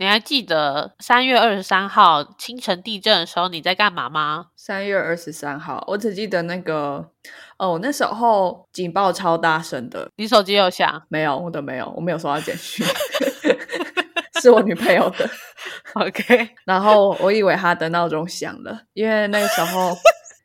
你还记得三月二十三号清晨地震的时候你在干嘛吗？三月二十三号，我只记得那个，哦，那时候警报超大声的，你手机有响 没有，我的没有，我没有收到简讯， 是我女朋友的。 ？OK，然后我以为她的闹钟响了，因为那个时候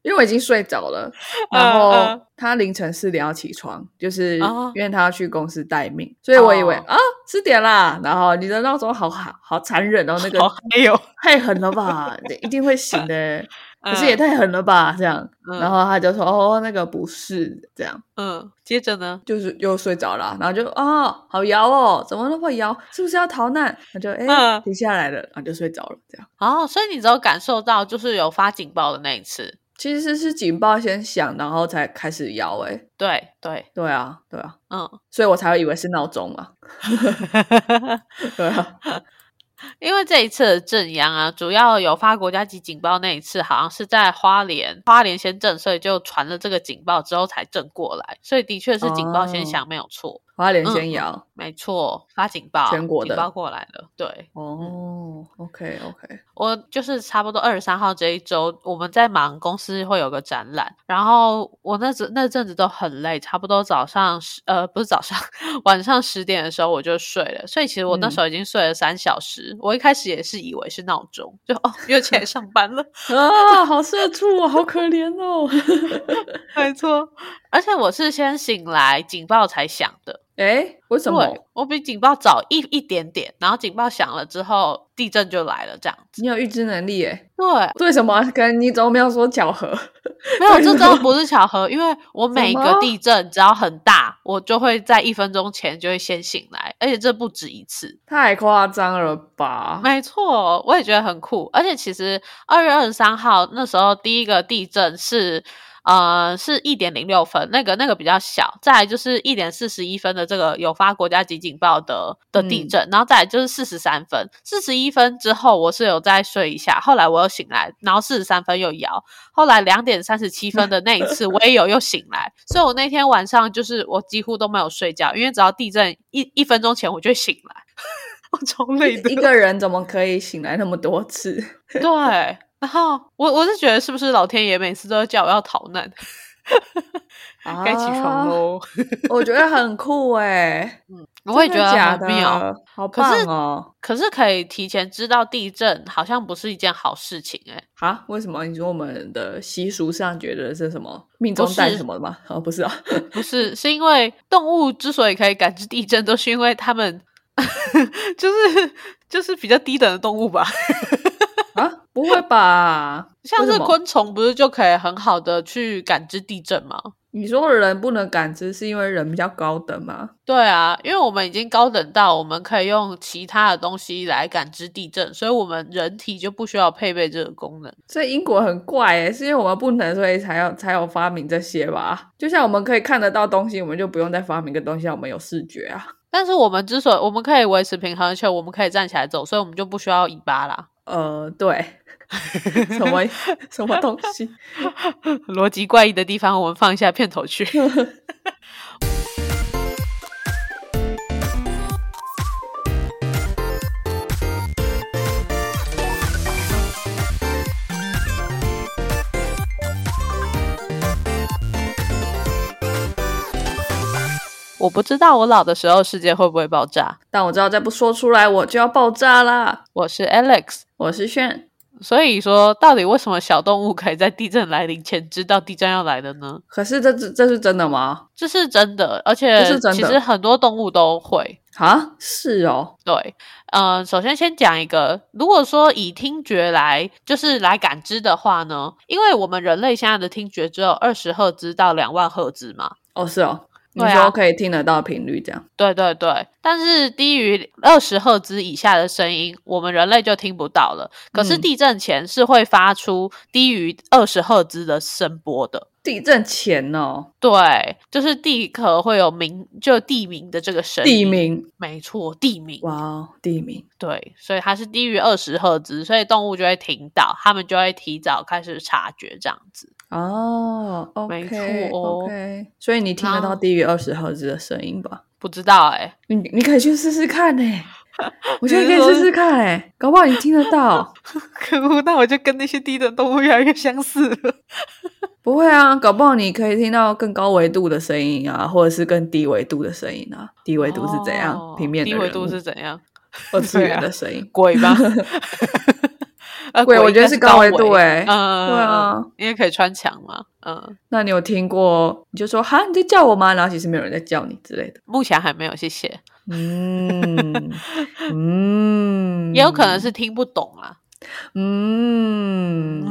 因为我已经睡着了，然嗯后嗯她凌晨四点要起床，就是哦因为她要去公司待命，所以我以为哦啊四点啦，然后你的闹钟好好好残忍哦，那个好嗨哟！太狠了吧，一定会醒 的，可是也嗯太狠了吧，这样，嗯然后她就说哦那个不是这样。嗯，接着呢？就是又睡着了，然后就啊、好摇哦，怎么那么摇？是不是要逃难？他就哎、嗯停下来了，然后就睡着了。这样哦，所以你只有感受到就是有发警报的那一次。其实是警报先响，然后才开始摇、哎，对对，对啊，对啊，嗯， 所以我才会以为是闹钟啊。 对啊，因为这一次的震央啊，主要有发国家级警报那一次，好像是在花莲，花莲先震，所以就传了这个警报之后才震过来，所以的确是警报哦先响，没有错，花莲先嗯摇。没错，发警报，全国警的报过来了。对哦，OK OK，我就是差不多二十三号这一周，我们在忙公司会有个展览，然后我那阵那阵子都很累，差不多早上十呃不是早上， 晚上十点的时候我就睡了，所以其实我那嗯时候已经睡了三小时。我一开始也是以为是闹钟，就哦又起来上班了，啊，好社畜啊，好可怜哦。没错，而且我是先醒来警报才响的， 哎、为什么对？我比警报早一一点点，然后警报响了之后地震就来了，这样子，你有预知能力哎？对，为什么跟你怎么没有说巧合？没有，为这什真的么不是巧合，因为我每一什个么地震只要很大，我就会在一分钟前就会先醒来，而且这不止一次。太夸张了吧？没错，我也觉得很酷。而且其实二月二十三号那时候第一个地震是，呃，是一点零六分，那个那个比较小。再来就是一点四十一分的这个有发国家级警报的的地嗯震，然后再来就是四十三分，四十一分之后我是有再睡一下，后来我又醒来，然后四十三分又摇，后来两点三十七分的那一次我也有又醒来，所以我那天晚上就是我几乎都没有睡觉，因为只要地震一一分钟前我就会醒来。 我超累的， 一个人怎么可以醒来那么多 次？ 对，然后我我是觉得是不是老天爷每次都叫我要逃难，该起床啊！喽。 我觉得很酷哎、 我也觉真的得假很的妙，，好可是棒哦！可是可以提前知道地震，好像不是一件好事情哎、啊，为什么你说我们的习俗上觉得是什么命中不是带什么的吗？哦，不是啊，不是，是因为动物之所以可以感知地震，都是因为它们 就是就是比较低等的动物吧， 啊，不会吧？像为什是么昆虫不是就可以很好的去感知地震吗？你说人不能感知，是因为人比较高等吗？对啊，因为我们已经高等到我们可以用其他的东西来感知地震，所以我们人体就不需要配备这个功能。所以英国很怪哎、是因为我们不能，所以才要才有发明这些吧？就像我们可以看得到东西，我们就不用再发明个东西，让我们有视觉啊。但是我们之所以我们可以维持平衡，而且我们可以站起来走，所以我们就不需要尾巴啦。呃，对，什么什么东西？ 逻辑怪异的地方，我们放一下片头去。 我不知道我老的时候世界会不会爆炸。但我知道再不说出来我就要爆炸啦！我是 Alex，我是炫，所以说到底为什么小动物可以在地震来临前知道地震要来了呢？可是这这这是真的吗？这是真的，而这且是真其的实很多动物都会。啊，是哦，对，呃，首先先讲一个，如果说以听觉来就是来感知的话呢，因为我们人类现在的听觉只有二十赫兹到两万赫兹嘛，哦是哦，你对啊说可以听得到频率这样？对对对，但是低于二十赫兹以下的声音，我们人类就听不到了。可是嗯地震前是会发出低于二十赫兹的声波的。地震前哦，对，就是地壳会有鸣，就地鸣的这个声地音，名，没错，地鸣。哇哦，地名，对，所以它是低于二十赫兹，所以动物就会听到，它们就会提早开始察觉这样子。哦没，OK 错哦 OK，所以你听得然到后低于二十赫兹的声音吧？不知道哎、你你可以去试试看呢、欸我觉得可以试试看哎、搞不好你听得到。 可恶，那我就跟那些低等动物越来越相似 了。不会啊，搞不好你可以听到更高维度的声音啊，或者是更低维度的声音啊。低维度是怎样？哦平面的低人物维度是怎样？二次对元啊的 声音。鬼 吧？呃鬼我觉得是高维度哎、哎嗯，对啊，因为可以穿墙嘛，嗯，那你有听过？你就说哈，你在叫我吗？然后其实没有人在叫你之类的。目前还没有，谢谢，嗯嗯，也有可能是听不懂啊，嗯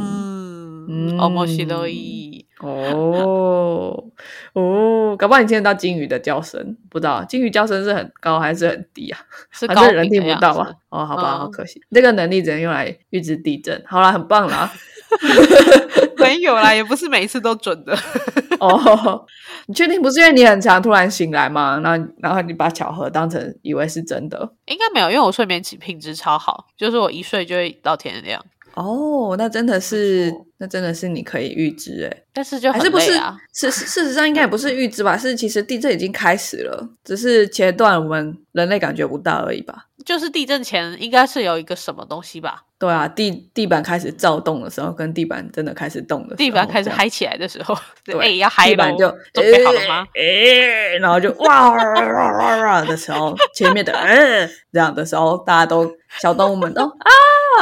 嗯，哦，莫西洛伊，哦哦，搞不好你听得到金鱼的叫声，不知道金鱼叫声是很高还是很低啊？是反高正频人听的不样到子 啊。哦，好吧，嗯好可惜，这个能力只能用来预知地震。好啦，很棒啦。 没有啦，也不是每一次都准的。哦， 你确定不是因为你很常突然醒来吗？然后然后你把巧合当成以为是真的。应该没有，因为我睡眠品质超好，就是我一睡就会到天亮，哦，那真的是没错，那真的是你可以预知哎、但是就还很是不是累啊。？事事事实上应该也不是预知 吧，是其实地震已经开始了，只是前段我们人类感觉不到而已吧。就是地震前应该是有一个什么东西吧，对啊，地地板开始躁动的时候，跟地板真的开始动的时候，地板开始这样嗨起来的 时候，对哎、要嗨地了板就，准备好了吗？？哎、欸然后就哇哇哇哇哇哇的时候，前面的嗯、这样的时候，大家都小动物们都啊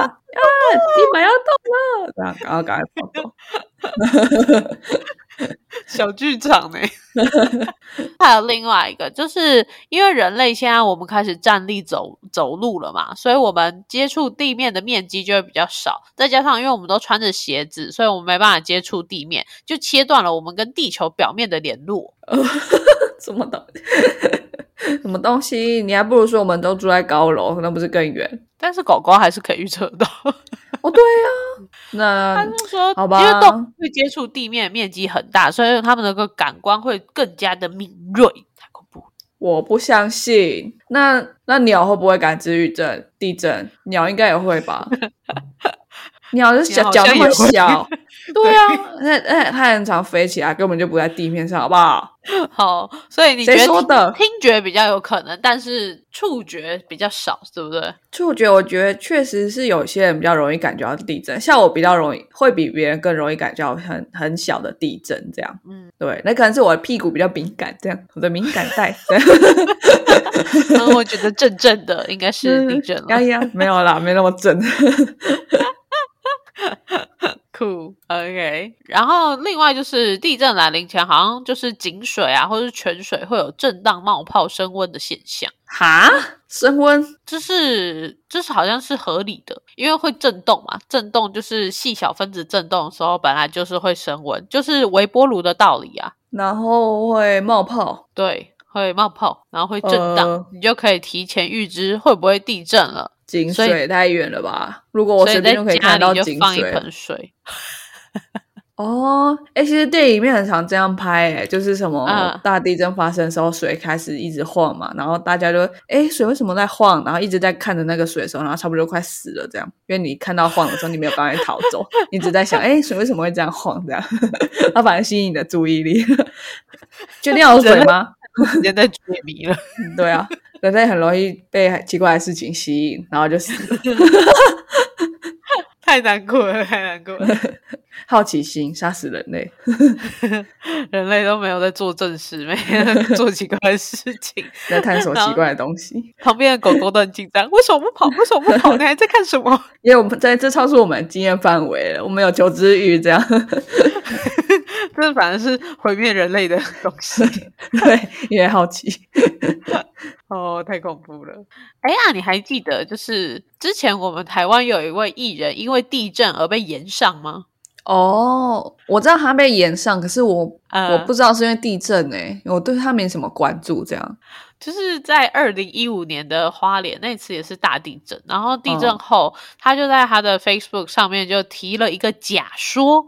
啊，地板要动了，这样然后赶快跑走。哎小剧场呢、 还有另外一个，就是因为人类现在我们开始站立走走路了嘛，所以我们接触地面的面积就会比较少。再加上因为我们都穿着鞋子，所以我们没办法接触地面，就切断了我们跟地球表面的联络。什么东 什么东西？你还不如说我们都住在高楼，那不是更远？但是狗狗还是可以预测到， 哦，对啊，那他就说，好吧因为动物会接触地面面积很大，所以它们的个感官会更加的敏锐。太恐怖了！我不相信。那那鸟会不会感知地震？地震，鸟应该也 会吧？鸟的脚鸟好脚像那么也会 小，对啊，那那它很常飞起来，根本就不在地面上，好不好？ 好，所以你觉谁得说听的听觉比较有可能，但是触觉比较少，对不对？ 触觉，我觉得确实是有些人比较容易感觉到地震，像我比较容易，会比别人更容易感觉到很很小的地震，这样，嗯，对，那可能是我的屁股比较敏感，这样，我的敏感 带，这样然嗯后我觉得正正的应该是地震哎了，呀，没有啦，没那么震。 酷，OK。然后另外就是地震来临前，好像就是井水啊，或者是泉水会有震荡冒泡升温的现象，哈，升温这是这是好像是合理的，因为会震动嘛，震动就是细小分子震动的时候，本来就是会升温，就是微波炉的道理啊，然后会冒泡，对，会冒泡，然后会震荡，呃你就可以提前预知会不会地震了。井所以水太远了吧？如果我所以随在便就可以家看到里就井放一水盆水，哦。哎、其实电影里面很常这样拍、哎，就是什么嗯大地震发生的时候，水开始一直晃嘛，然后大家就哎、水为什么在晃？然后一直在看着那个水的时候，然后差不多就快死了这样，因为你看到晃的时候，你没有赶快逃走，你只在想哎、水为什么会这样晃这样， 它反而吸引你的注意力。确定有水吗？时间在解谜了。 对啊，人类很容易被奇怪的事情吸引，然后就死了。太难过了，太难 过了，好奇心杀死人类。人类都没有在做正事，每天在做奇怪的事情。在探 索然奇后怪的东西，旁边的狗狗都很紧张，为什么不跑？为什么不跑？你还在看什么？ 因为我们在这超出我们的经验范围了，我们有求知欲，这样 这反而是毁灭人类的东西。对，因为好奇。哦，太恐怖了！哎呀，你还记得就是之前我们台湾有一位艺人因为地震而被延上吗？ 哦，我知道他被延上，可是我、呃我不知道是因为地震哎、我对他没什么关注，这样就是在二零一五年的花莲那次也是大地震，然后地震嗯后，他就在他的 Facebook 上面就提了一个假说，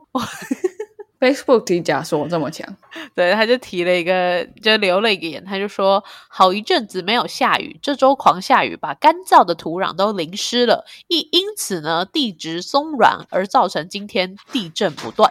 Facebook 提假说这么强，对，他就提了一个，就留了一个言，他就说好一阵子没有下雨，这周狂下雨，把干燥的土壤都淋湿了，亦因此呢地质松软而造成今天地震不断。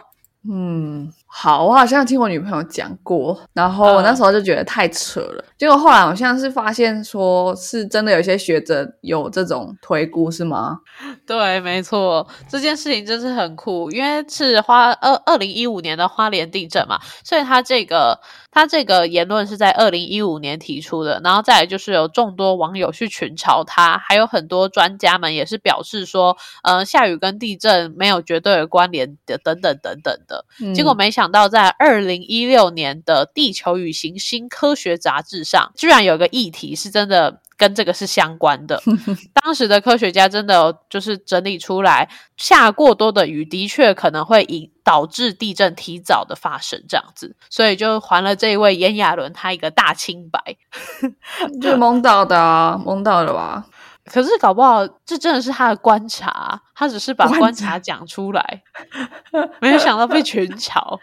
嗯，好，我好像听我女朋友讲过，然后嗯我那时候就觉得太扯了。结果后来好像是发现，说是真的有一些学者有这种推估，是吗？对，没错，这件事情真是很酷，因为是花二二零一五年的花莲地震嘛，所以他这个他这个言论是在二零一五年提出的，然后再来就是有众多网友去群嘲他，还有很多专家们也是表示说，呃，下雨跟地震没有绝对的关联的，等等等等的。嗯结果没想到，在二零一六年的《地球与行星科学》杂志上，居然有一个议题是真的跟这个是相关 的。当时的科学家真的有就是整理出来，下过多的雨的确可能会引导致地震提早的发生，这样子，所以就还了这一位炎亚纶他一个大清白。就是蒙到的啊，蒙到的吧？可是搞不好这真的是他的观察，啊他只是把观察观察讲出来，没有想到被群嘲。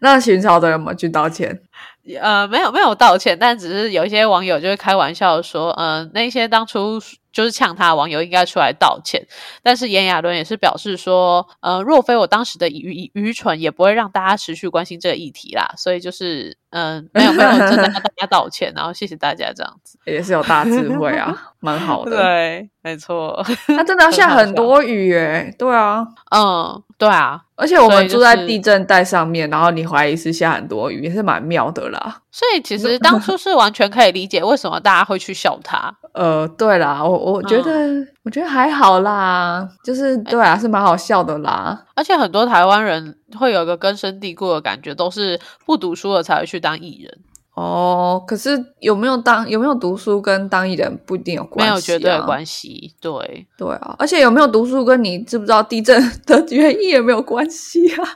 那寻找的人有没有去道歉？呃，没有没有道歉，但只是有一些网友就会开玩笑说，呃，那些当初就是呛他的网友应该出来道歉。但是炎亚纶也是表示说，呃，若非我当时的愚愚蠢，也不会让大家持续关心这个议题啦。所以就是，嗯、没有没有真的要大家道歉，然后谢谢大家这样子。也是有大智慧 啊，蛮好的。对，没错，他真的要下很好笑很多雨诶、对啊。嗯，对啊，而且我所们以就住在是地震带上面，然后你怀疑是下很多雨，也是蛮妙的啦。所以其实当初是完全可以理解为什么大家会去笑他。呃，对啦，我我嗯觉得、我觉得还好啦，就是哎对啊，是蛮好笑的啦。而且很多台湾人会有一个根深蒂固的感觉，都是不读书了才会去当艺人，哦，可是有没有当有没有读书跟当艺人不一定有关没系、啊，有绝对的系。关系。对，对啊，而且有没有读书跟你知不知道地震的 原因也没有关系啊。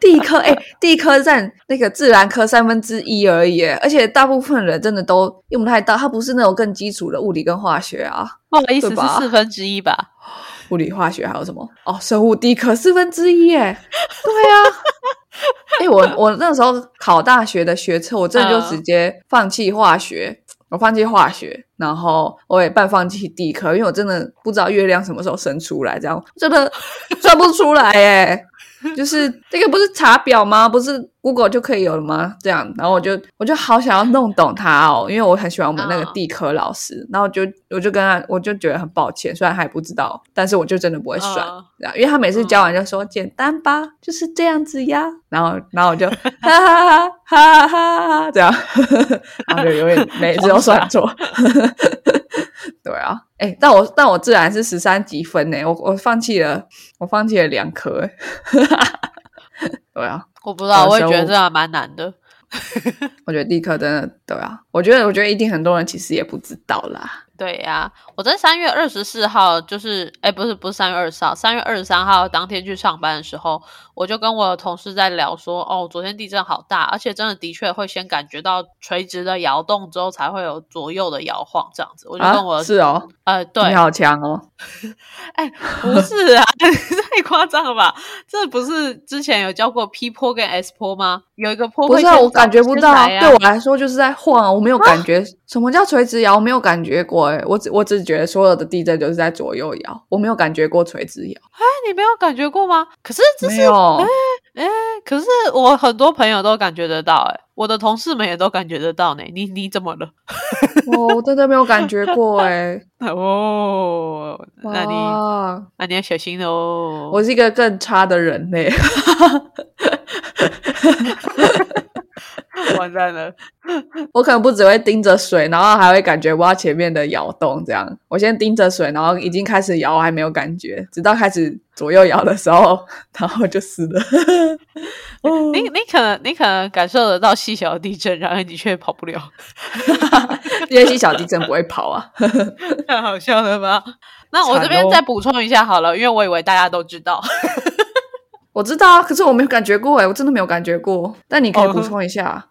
地科哎、地科占那个自然科三分之一而已欸，而且大部分人真的都用不太到，它不是那种更基础的物理跟化学啊。不好意思，是对吧四分之一吧？物理、化学还有什么？哦，生物地科四分之一耶！对啊， 哎、我我那时候考大学的学测，我真的就嗯直接放弃化学，我放弃化学，然后我也半放弃地科，因为我真的不知道月亮什么时候升出来，这样真的算不出 来耶。就是这个不是查表吗？不是 Google 就可以有了吗？这样，然后我就我就好想要弄懂他哦，因为我很喜欢我们那个嗯地科老师，然后我就我就跟他，我就觉得很抱歉，虽然还不知道，但是我就真的不会算，嗯这样因为他每次教完就说、简单吧，就是这样子呀，然后然后我 就哈哈哈哈哈哈哈这样，然后就 永远每次都算错， 对啊，哎、但我但我自然是十三级分呢，我我放弃了，我放弃了两科欸， 对啊，我不知道，呃我也觉生得物这还蛮难的。我觉得地科真的对啊，我觉得我觉得一定很多人其实也不知道啦。对呀、我在三月二十四号，就是哎，不是不是三月二十号，三月二十三号当天去上班的时候，我就跟我的同事在聊说，哦，昨天地震好大，而且真的的确会先感觉到垂直的摇动之后，才会有左右的摇晃这样子。我就跟我、啊，是哦，呃，对你，好强哦，哎，不是啊， 太夸张了吧？这不是之前有教过 P 坡跟 S 坡吗？有一个坡不会是、啊、先我感觉不到、先啊，来啊对我来说就是在晃啊，我没有感觉。什么叫垂直摇？我没有感觉过、欸，我只我只觉得所有的地震就是在左右摇，我没有感觉过垂直摇，哎，你没有感觉过吗？可是这没是，有。哎，可是我很多朋友都感觉得到、哎，我的同事们也都感觉得到呢。你你怎么了？我我真的没有感觉过哎、 欸，哦，那你哇，那你要小心哦。我是一个更差的人欸类、 完蛋了， 我可能不只会盯着水，然后还会感觉不到前面的摇动，这样。我先盯着水，然后已经开始摇，我还没有感觉，直到开始左右摇的时候， 然后就死 了。哦你你可能你可能感受得到细小的地震，然而你却跑不 了。因为细小地震不会跑啊。太好笑了吧？那我惨这边哦再补充一下好了，因为我以为大家都知道。我知道啊，可是我没有感觉过哎、我真的没有感觉过。但你可以补充一哦下，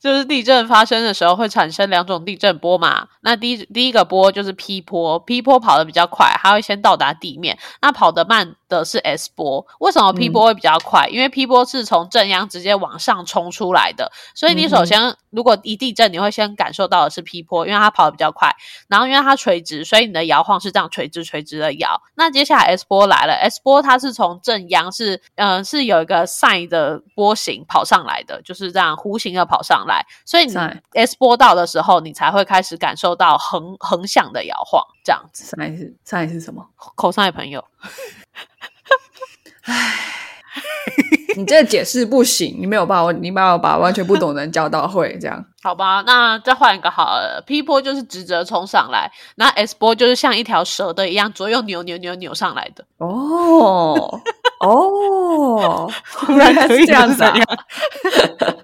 就是地震发生的时候会产生两种地震波嘛。那第一第一个波就是 P 波，P 波跑得比较快，它会先到达地面。那跑得慢的是 S 波。为什么 P 嗯波会比较快？因为 P 波是从正央直接往上冲出来的，所以你首先、如果一地震，你会先感受到的是 P 波，因为它跑得比较快。然后因为它垂直，所以你的摇晃是这样垂直垂直的摇。那接下来 S 波来了，S 波它是从正央是呃，是有一个 sin 的波形跑上来的，就是这样弧形的跑上来，所以你 Sine S 波到的时候，你才会开始感受到横横向的摇晃，这样子。上一是上一是什么？ 口上的朋友，你这解释不行，你没有把我，你把我把完全不懂的人教到会 这样。好吧，那再换一个好了。P 波就是直着冲上来，那 S 波就是像一条蛇的一样左右扭扭扭扭上来的。哦 哦，突然可以这样子啊 怎？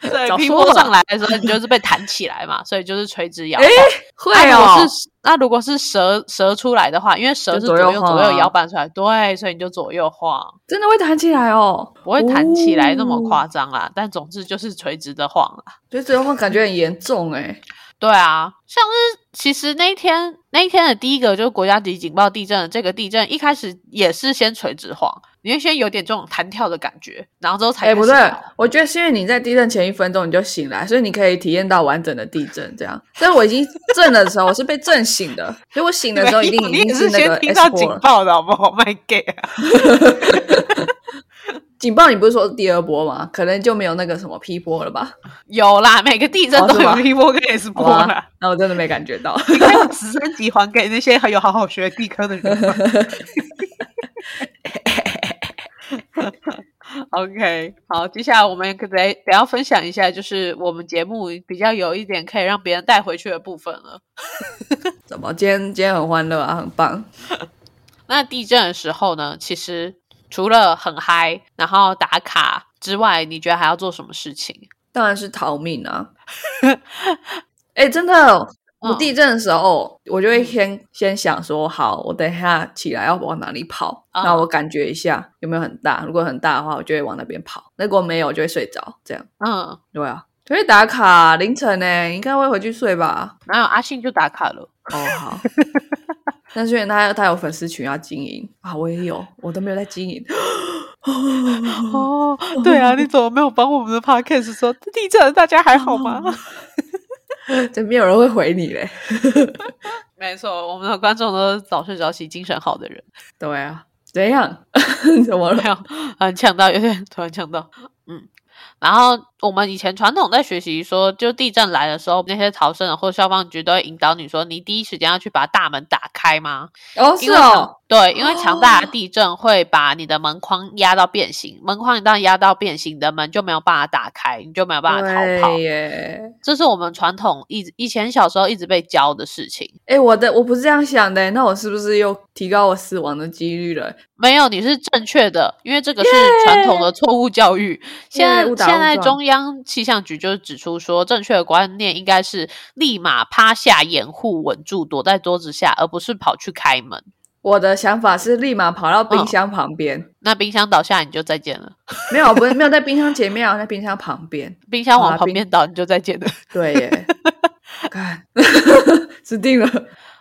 对早，P 说波了上来的时候，你就是被弹起来 嘛，所以就是垂直摇摆。诶会那如哦果，哎是那如果是蛇蛇出来的话，因为蛇就是左左右右晃左右啊摇摆出来，对，所以你就左右晃，真的会弹起来哦，不会弹起来那么哦夸张啦。但总之就是垂直的晃啦。就这话感觉很严重哎。对啊，像是其实那一天那一天的第一个就是国家级警报地震的这个地震，一开始也是先垂直晃，你会先有点这种弹跳的感觉，然后之后才哎，不开始对摇，我觉得是因为你在地震前一分钟你就醒来，所以你可以体验到完整的地震这样。所以我已经震的时候，我是被震醒的，所以我醒的时候一定没有已你也经是那个先听 S 到 four 警了报的好不好？My 啊 God！警报，你不是说第二波吗？可能就没有那个什么 P 波 了吧？有啦，每个地震哦都是有吗 P 波跟 S 波好吧啦。，那我真的没感觉到。 你可以把直升级还给那些还有好好学地科的人 吗。OK，好，接下来我们可得得要分享一下，就是我们节目比较有一点可以让别人带回去的部分了。怎么？今天今天很欢乐啊，很棒。那地震的时候呢，其实除了很嗨，然后打卡之外，你觉得还要做什么事情？当然是逃命 啊！哎、真的，我嗯地震的时候，我就会先先想说，好，我等一下起来要往哪里跑，嗯那、我感觉一下有没有很大。如果很大的话，我就会往那边跑；如果没有，我就会睡着。这样嗯，对啊，就会打卡凌晨呢、欸应该会回去睡吧？然后阿信就打卡了。哦，好。但是因为他他有粉丝群要经营啊，我也有，我都没有在经营。 哦，对啊，你怎么没有帮我们的 podcast 说地震？大家还好吗？嗯这没有人会回你嘞。 没错，我们的观众都是早睡早起、精神好的 人。对啊，怎样？ 怎么了没？有，很呛到，有点突然呛到。嗯，然后我们以前传统在学习说，就地震来的时候，那些逃生的或消防局都会引导你说，你第一时间要去把大门打开吗？哦，因是为哦强，对，因为强大的地震会把你的门框压到变形，门框一旦压到变形，你的门就没有办法打开，你就没有办法逃跑对。耶。这是我们传统一直以前小时候一直被教的事情。哎，我的我不是这样想的，那我是不是又提高我死亡的几率了？没有，你是正确的，因为这个是传统的错误教育。现在误打误现在撞中央气象局就是指出说，正确的观念应该是立马趴下掩护稳住，躲在桌子下，而不是跑去开门。我的想法是立马跑到冰嗯箱旁边，那冰箱倒下你就再见了，没有，不是没有在冰箱前面啊，在冰箱旁边。冰箱往啊旁冰边倒你就再见了。对耶，看， 死定了。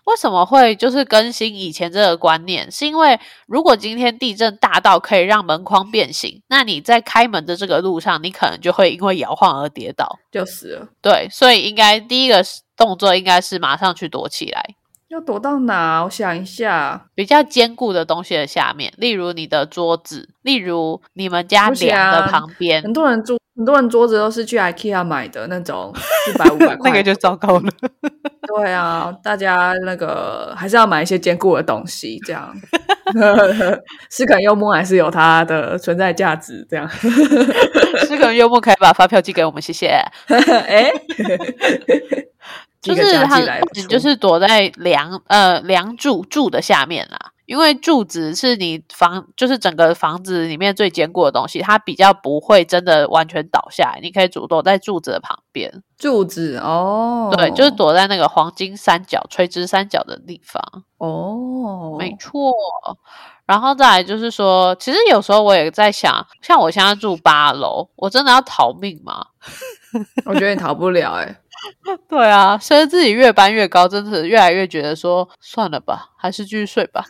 为什么会就是更新以前这个观念？是因为如果今天地震大到可以让门框变形，那你在开门的这个路上，你可能就会因为摇晃而跌倒。就死了，对，所以应该第一个是动作应该是马上去躲起来，要躲到哪？我想一下，比较坚固的东西的下面，例如你的桌子，例如你们家不行梁的啊旁边， 很多人桌很多人桌子都是去 IKEA 买的那种，四百 五百块。就糟糕 了。对啊，大家那个还是要买一些坚固的东西，这样是可能幽默还是有它的存在价值，这样。这个幽默可以把发票寄给我们，谢谢。哎， 就这个是加它起来不，你错就是躲在梁呃梁柱柱的下面啦，因为柱子是你房就是整个房子里面最坚固的东西，它比较不会真的完全倒下来，你可以主躲在柱子的旁边。柱子哦，对，就是躲在那个黄金三角、垂直三角的地方，哦，没错。然后再来就是说，其实有时候我也在想，像我现在住八楼，我真的要逃命吗？ 我觉得你逃不了哎、对啊，所以自己越搬越高，真的是越来越觉得说，算了吧，还是继续睡吧。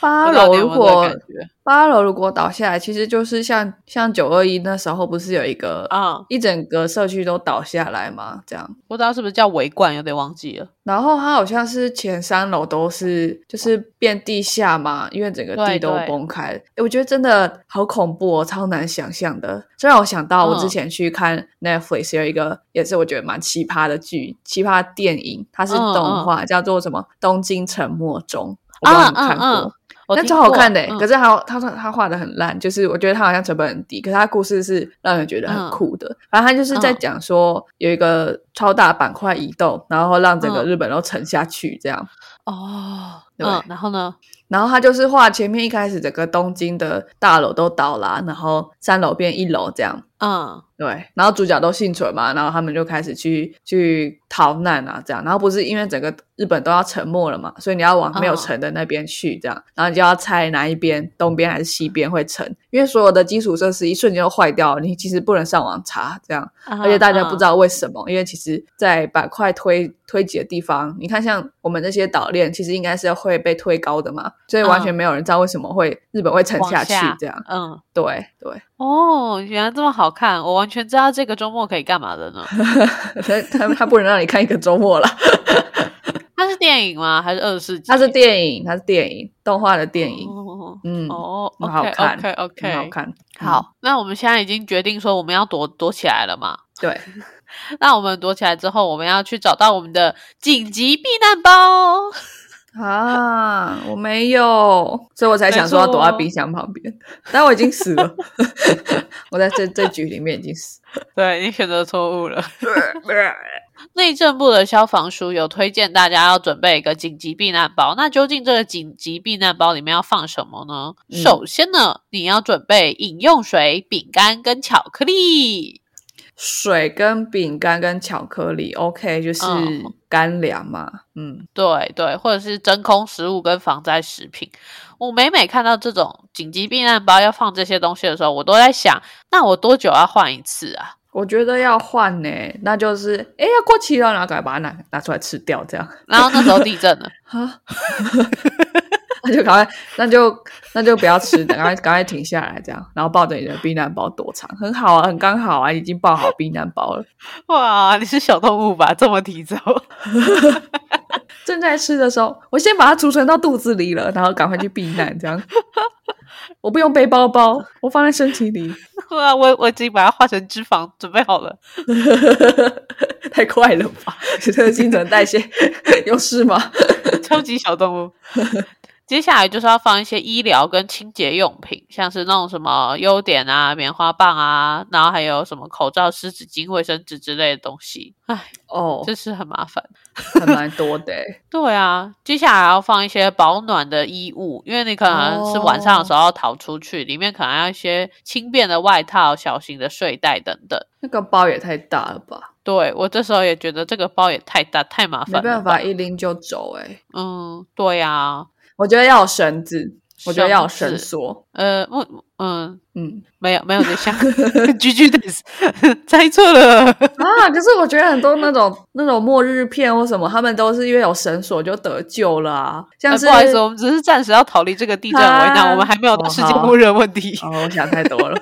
八不知道楼你有如没有这个果感觉？八楼如果倒下来，其实就是像像九二一那时候不是有一个、嗯，一整个社区都倒下来嘛，这样。不知道是不是叫围观，有点忘记了。然后它好像是前三楼都是就是变地下嘛，因为整个地对都对崩开了。诶我觉得真的好恐怖哦，超难想象的。这让我想到我之嗯前去看 Netflix 有一个也是我觉得蛮奇葩的剧、奇葩电影，它是嗯动嗯画，叫做什么《东京沉没中》，我不知道你嗯看过。嗯嗯我那听超好过看的欸、嗯可是他他他他画的很烂，就是我觉得他好像成本很低，可是他故事是让人觉得很嗯酷的。反正他就是在嗯讲说有一个超大板块移动，然后让整个嗯日本都沉下去这样。哦，对嗯，然后呢？然后他就是画前面一开始整个东京的大楼都倒啦，然后三楼变一楼这样。嗯，对，然后主角都幸存嘛，然后他们就开始去去逃难啊，这样，然后不是因为整个日本都要沉没了嘛，所以你要往嗯没有沉的那边去，这样，然后你就要猜哪一边，东边还是西边会沉，因为所有的基础设施一瞬间就坏掉了，你其实不能上网查，这样，而而且大家嗯不知道为什么，因为其实，在板块推推挤的地方，你看像我们这些岛链，其实应该是会被推高的嘛，所以完全嗯没有人知道为什么会日本会沉往下去下，这样，嗯，对对。 哦，原来这么好看，我完全知道这个周末可以干嘛 的呢。他他他不能让你看一个周末了。它是电影吗？还是二十世纪？它是电影，它是电影，动画的电影，哦嗯，哦很好看，OK 很 OK，嗯好看。好，那我们现在已经决定说我们要躲躲起来了嘛？嗯，对，那我们躲起来之后，我们要去找到我们的紧急避难 包。啊，我没有，所以我才想说要躲在冰箱旁边，但我已经死了， 我在这这局里面已 经死对你选择错误了。了。内政部的消防署有推荐大家要准备一个紧急避难包。那究竟这个紧急避难包里面要放什么呢？嗯首先呢，你要准备饮用水、饼干跟巧克力。水跟饼干跟巧克力，OK，就是嗯干粮嘛，嗯，对对，或者是真空食物跟防灾食品。我每每看到这种紧急避难包要放这些东西的时候，我都在想，那我多久要换一次啊？我觉得要换呢、那就是哎呀过期了，然后赶快把它拿拿出来吃掉，这样。然后那时候地震了，啊，那就赶快，那就那就不要吃，赶快赶快停下来，这样，然后抱着你的避难包躲藏，很好啊，很刚好啊，已经抱好避难包了。 哇，你是小动物吧？这么提早？ 正在吃的时候，我先把它储存到肚子里了，然后赶快去避难，这样。 我不用背包包，我放在身体里， 哇，我我已经把它化成脂肪准备好了。太快了吧？这个新陈代谢有事吗？超级小动 物。接下来就是要放一些医疗跟清洁用品，像是那种什么优点啊、棉花棒啊，然后还有什么口罩、湿纸巾、卫生纸之类的东西。唉，哦，这是很麻烦。还蛮多的欸、对啊，接下来要放一些保暖的衣物，因为你可能是晚上的哦时候要逃出去，里面可能要一些轻便的外套、小型的睡袋等等。那个包也太大了吧，对我这时候也觉得这个包也太大，太麻烦没了。办法，。一拎就走、欸。哎，嗯，对呀、啊。我觉得要有绳子，我觉得要有绳绳子索。呃，我嗯，嗯没有没有对象 ，G G dance，猜错了。啊，可是我觉得很多那种那种末日片或什么，他们都是因为有绳索就得救了啊，像呃是、不好意思，我们只是暂时要逃离这个地震的危难，啊我们还没有到哦世界 好末日的问题。哦，我想太多了，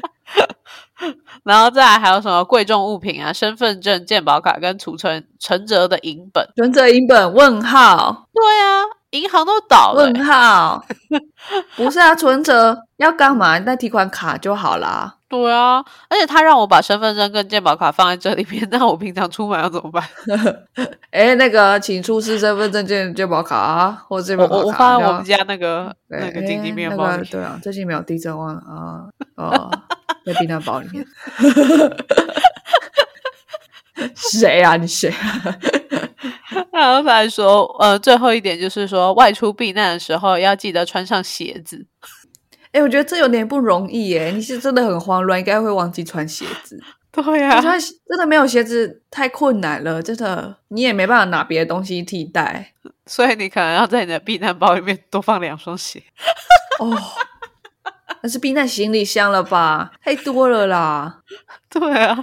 然后再来还有什么贵重物品啊，身份证、健保卡跟储存存折的银本。存折银本问号对啊，银行都倒了欸、问号，不是啊，存折要干嘛？那提款卡就好啦。对啊，而且他让我把身份证跟健保卡放在这里面，那我平常出门要怎么办？哎，那个，请出示身份证件、健保卡啊，或者 健我保卡。我我放在我们家家那个那个紧急面包里。对啊，最近没有地震忘了啊 哦，在避难包里面。 谁啊？你谁？然后他还说，呃，最后一点就是说，外出避难的时候要记得穿上鞋子。哎、我觉得这有点不容易耶，你是真的很慌乱，应该会忘记穿鞋子。对啊你呀、穿鞋真的没有鞋子太困难了，真的，你也没办法拿别的东西替代所以你可能要在你的避难包里面多放两双鞋。哦。那是避难行李箱了吧？太多了啦。对啊，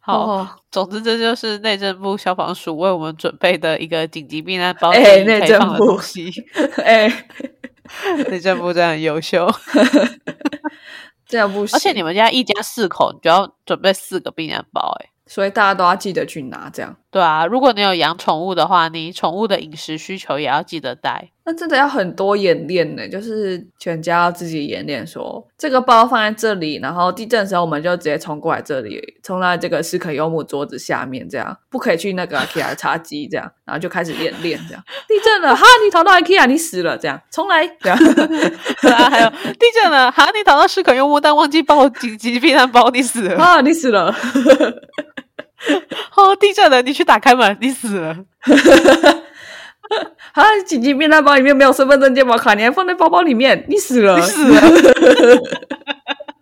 好，哦，总之这就是内政部消防署为我们准备的一个紧急避难包，哎建议内可以政放的部东西。 哎、内政部真的很优 秀，这样不行。而且你们家一家四口，你就要准备四个避难包、欸，哎，所以大家都要记得去拿这样。对啊，如果你有养宠物的话，你宠物的饮食需求也要记得带。那真的要很多演练呢，就是全家要自己演练说，这个包放在这里，然后地震的时候我们就直接冲过来这里，冲到这个斯可优姆桌子下面，这样不可以去那个 IKEA 茶几这样，然后就开始演练这样，地震了哈，你逃到 IKEA 你死了这样，重来这样，对啊，还有地震了，哈，你逃到适可用物，但忘记报紧急避难包，你死 了。啊你死了，哦，地震了，你去打开门，你死了。啊紧急面蛋包里面没有身份证、健保卡，你还放在包包里面，你死了你。死了。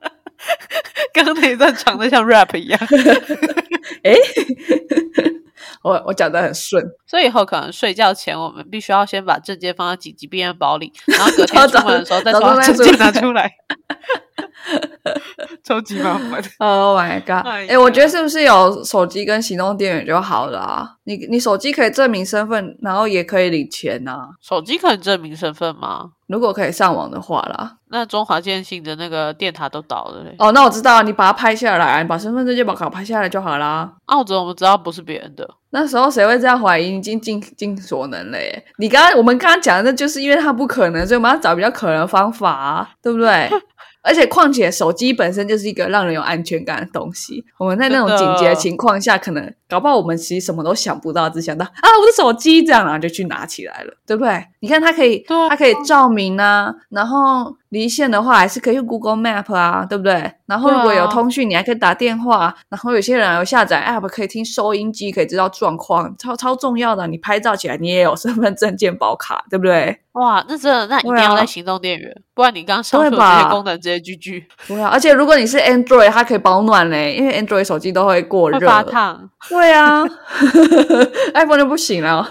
刚刚那一段长得像 rap 一样，我我讲的很顺，所以以后可能睡觉前我们必须要先把证件放到紧急避难包里，然后隔天出门的时候再把证件拿出 来，超级麻烦。 Oh my god！哎哎、呀我觉得是不是有手机跟行动电源就好了啊？你你手机可以证明身份，然后也可以领钱呐、手机可以证明身份吗？如果可以上网的话啦。那中华电信的那个电塔都倒了嘞。哦，那我知道，你把它拍下来，你把身份证、健保卡拍下来就好啦。澳洲我们知道不是别人的，那时候谁会这样怀疑？你已经尽尽所能了耶！你刚刚我们刚刚讲的，那就是因为它不可能，所以我们要找比较可能的方法、啊，对不 对？而且，况且手机本身就是一个让人有安全感的东西。我们在那种真的紧急的情况下，可能搞不好我们其实什么都想不到，只想到啊我的手机这样，然后就去拿起来了，对不对？你看它可以，对啊它可以照明啊，然后离线的话还是可以用 Google Map 啊，对不对？然后如果对啊有通讯，你还可以打电话，然后有些人有下载 App 可以听收音机，可以知道状况，超超重要的。你拍照起来，你也有身份证、健保卡，对不对？哇，那真的那一定对要啊带行动电源，不然你刚上对说的这些吧功能直接 GG，对啊，而且如果你是 Android，它可以保暖嘞，因为 Android 手机都会过会热。哦发烫。对啊 ，iPhone 就不行 了。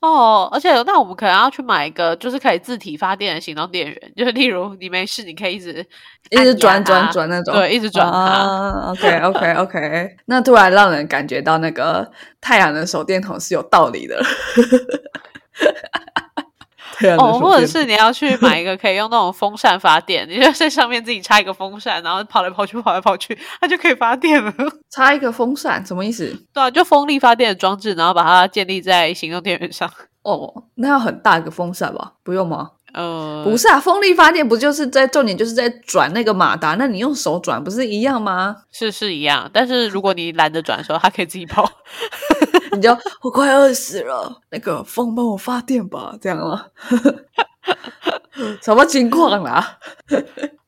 哦，而且那我们可能要去买一个，就是可以自体发电的行动电源，就是例如你没事，你可以一直一直转按压它转，转那种，对，一直转它。啊、OK OK OK，那 突然让人感觉到那个太阳能手电筒是有道理的。 太阳能哦，手电筒或者是你要去买一个可以用那种风扇发电，你就在上面自己插一个风扇，然后跑来跑去，跑来跑去，它就可以发电了。 插一个风扇，什么意思？对啊，就风力发电的装置，然后把它建立在行动电源上。哦，那要很大个风扇吧？不用吗？呃，不是啊，风力发电不就是在重点就是在转那个马达？那你用手转不是一样 吗？是是一样，但是如果你懒得转的时候，它可以自己跑。 你就我快饿死了，那个风帮我发电吧，这样吗？ 什么情况啊啦？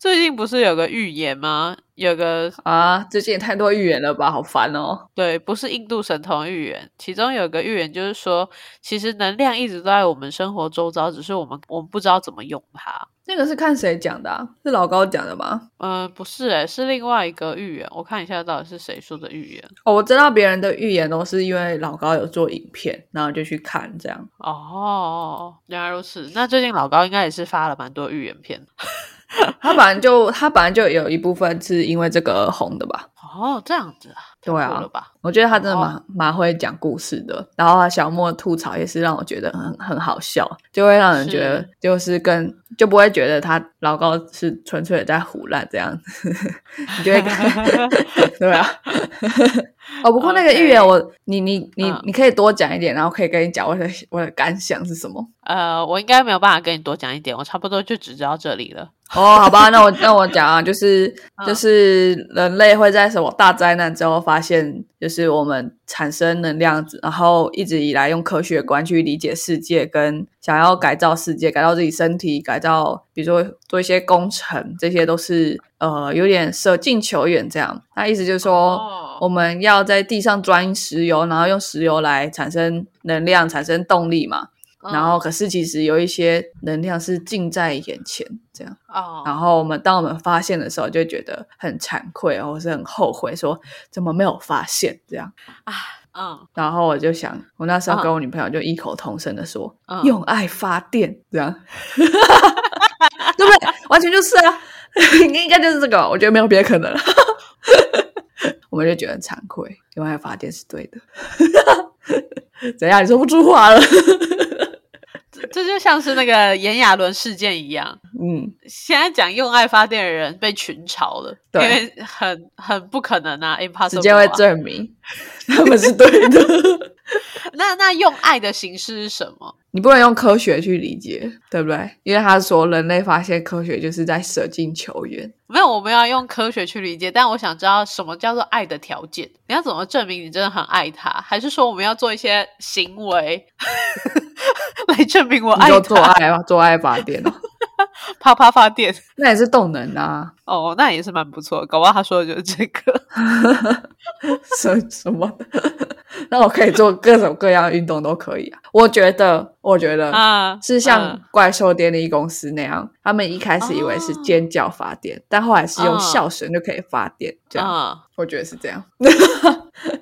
最近不是有个预言吗？有个啊，最近也太多预言了吧，好烦哦！对，不是印度神童预言，其中有个预言就是说，其实能量一直都在我们生活周遭，只是我们我们不知道怎么用它。那个是看谁讲的、啊？是老高讲的吗？嗯、不是诶、是另外一个预言。我看一下到底是谁说的预言。哦，我知道别人的预言都是因为老高有做影片，然后就去看这样。哦，原来如此。那最近老高应该也是发了蛮多预言片的。他本来就他本来就有一部分是因为这个而红的吧？哦，这样子啊，对太啊酷了哦吧？我觉得他真的蛮、蛮会讲故事的。然后小莫吐槽也是让我觉得很很好笑，就会让人觉得是就是跟就不会觉得他老高是纯粹的在胡乱这样， 你就会看 对啊。哦，不过那个 OK 预言我你你你、嗯你可以多讲一点，然后可以跟你讲我的我的感想是什么。呃，我应该没有办法跟你多讲一点，我差不多就只知道这里了。哦，好吧，那我那我讲啊，就是嗯就是人类会在什么大灾难之后发现，就是我们产生能量，然后一直以来用科学观去理解世界，跟想要改造世界，改造自己身体，改造比如说做一些工程，这些都是呃有点舍近求远这样。那意思就是说，哦我们要在地上钻石油，然后用石油来产生能量，产生动力嘛。嗯然后可是其实有一些能量是近在眼前这样。哦，然后我们当我们发现的时候，就会觉得很惭愧，哦或是很后悔，说怎么没有发现这样。嗯然后我就想，我那时嗯候跟我女朋友就异口同声的说，嗯，用爱发电这样， 对不对？完全就是啊，应该就是这个，我觉得没有别的可能了。 我们就觉得很惭愧，用爱发电是对的。怎样？你说不出话了？这这就像是那个炎亚纶事件一样， 嗯，现在讲用爱发电的人被群嘲了，对因为很很不可能啊，impossible 啊。时间会证明他们是对的。那那用爱的形式是什么？你不能用科学去理解，对不对？因为他说人类发现科学就是在舍近求远。没有，我们要用科学去理解，但我想知道什么叫做爱的条件？你要怎么证明你真的很爱他？还是说我们要做一些行为 来证明我你爱就做他？爱吧，做爱发电哦，啪啪发电 那也是动能啊， 哦，那也是蛮不错的，搞不好他说的就是这个。什什么的。 那我可以做各种各样的运动都可以啊。我觉得，我觉得啊，嗯是像嗯怪兽电力公司那样，他们一开始以为是尖叫发电，但后来是用嗯笑声就可以发电，这样、嗯我觉得是这样，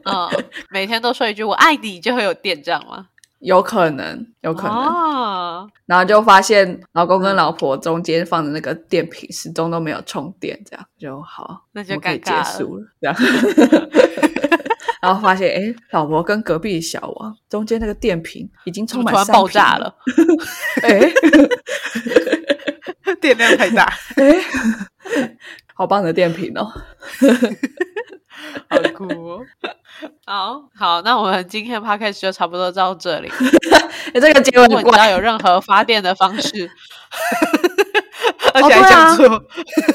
嗯，每天都说一句“我爱你”就会有电，这样吗？有可能，有可能。哦，然后就发现老公嗯跟老婆中间放的那个电瓶始终都没有充电，这样就好，那就我们可以尴尬结束了，这样。 然后发现，哎，老婆跟隔壁小王中间那个电瓶已经怎充么满突然三爆瓶炸 了，，哎，电量太 大， 好棒的电瓶哦！ 好酷哦！好好，那我们今天的 podcast 就差不多到这里。哎，这个结尾如果很你知怪，道有任何发电的方 式，而哦且还对啊讲错，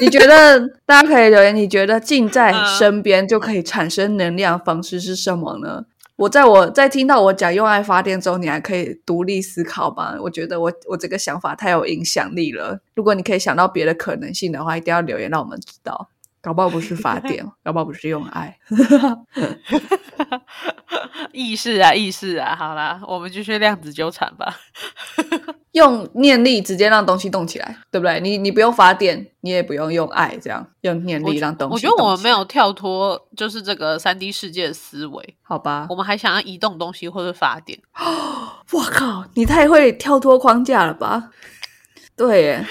你觉得大家可以留言，你觉得近在嗯身边就可以产生能量的方式是什么呢？我在我在听到我讲用爱发电之后，你还可以独立思考吧？我觉得我我这个想法太有影响力了。如果你可以想到别的可能性的话，一定要留言让我们知道。搞不好不是发 电，搞不好不是用爱。意识啊，意识啊，好啦，我们继续量子纠缠吧。用念力直接让东西动起来，对不对？你你不用发电，你也不用用爱，这样用念我力觉让东西我觉得我动们起没来有跳脱，就是这个三 D 世界的思维，好吧我？们还想要移动东西或者发电。我靠，你太会跳脱框架 了吧？对耶，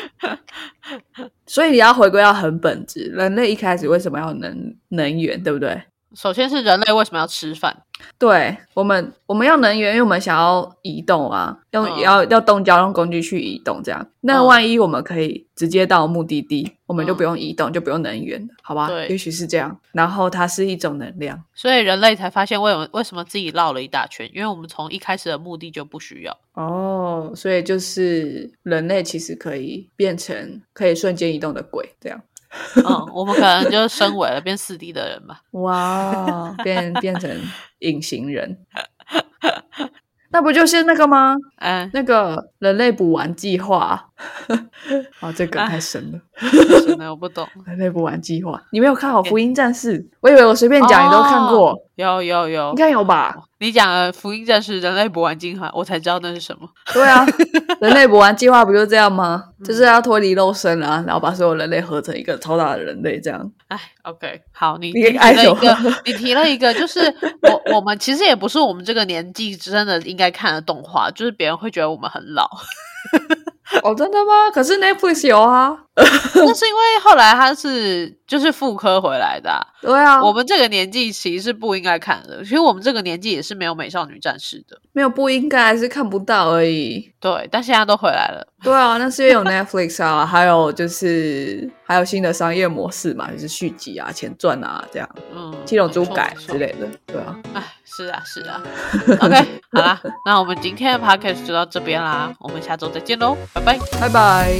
所以你要回归到很本质，人类一开始为什么要能能源，对不对？首先是人类为什么要吃饭？对我们，我们要能源，因为我们想要移动啊，用、嗯要要动交通工具去移动，这样。那嗯万一我们可以直接到目的地，我们就嗯不用移动，就不用能源了，好吧？对也许是这样。然后它是一种能量，所以人类才发现为什么为什么自己绕了一大圈，因为我们从一开始的目的就不需要。哦，所以就是人类其实可以变成可以瞬间移动的鬼，这样。嗯，我们可能就升维了，变四 D 的人吧。哇，哦变变成隐形人，那不就是那个吗？嗯，那个人类补完计划，啊，这个太深了。 真的我不懂。人类补完计划，你没有看好《福音战士》？我以为我随便讲你都看过，有有有应，该有吧？你讲的福音战士》《人类博玩精华，我才知道那是什么。对啊，人类补完计划不就这样吗？就是要脱离肉身啊，然后把所有人类合成一个超大的人类，这样。哎，OK，好， 你你提了爱一什个么，你提了一个，就是我我们其实也不是我们这个年纪真的应该看的动画，就是别人会觉得我们很老， 哦，真的吗？可是 Netflix 有啊。那是因为后来它是就是复刻回来的啊、对啊，我们这个年纪其实是不应该看的，其实我们这个年纪也是没有美少女战士的，没有不应该，是看不到而已。对，但现在都回来了。 对啊，那是因为有 Netflix 啊， 还有就是还有新的商业模式嘛，就是续集啊、前传啊这样，嗯，七龙不珠错改不错之类的。对啊，哎，是啊，是 啊。OK，好啦，那我们今天的 podcast 就到这边啦，我们下周再见喽，拜拜。拜拜。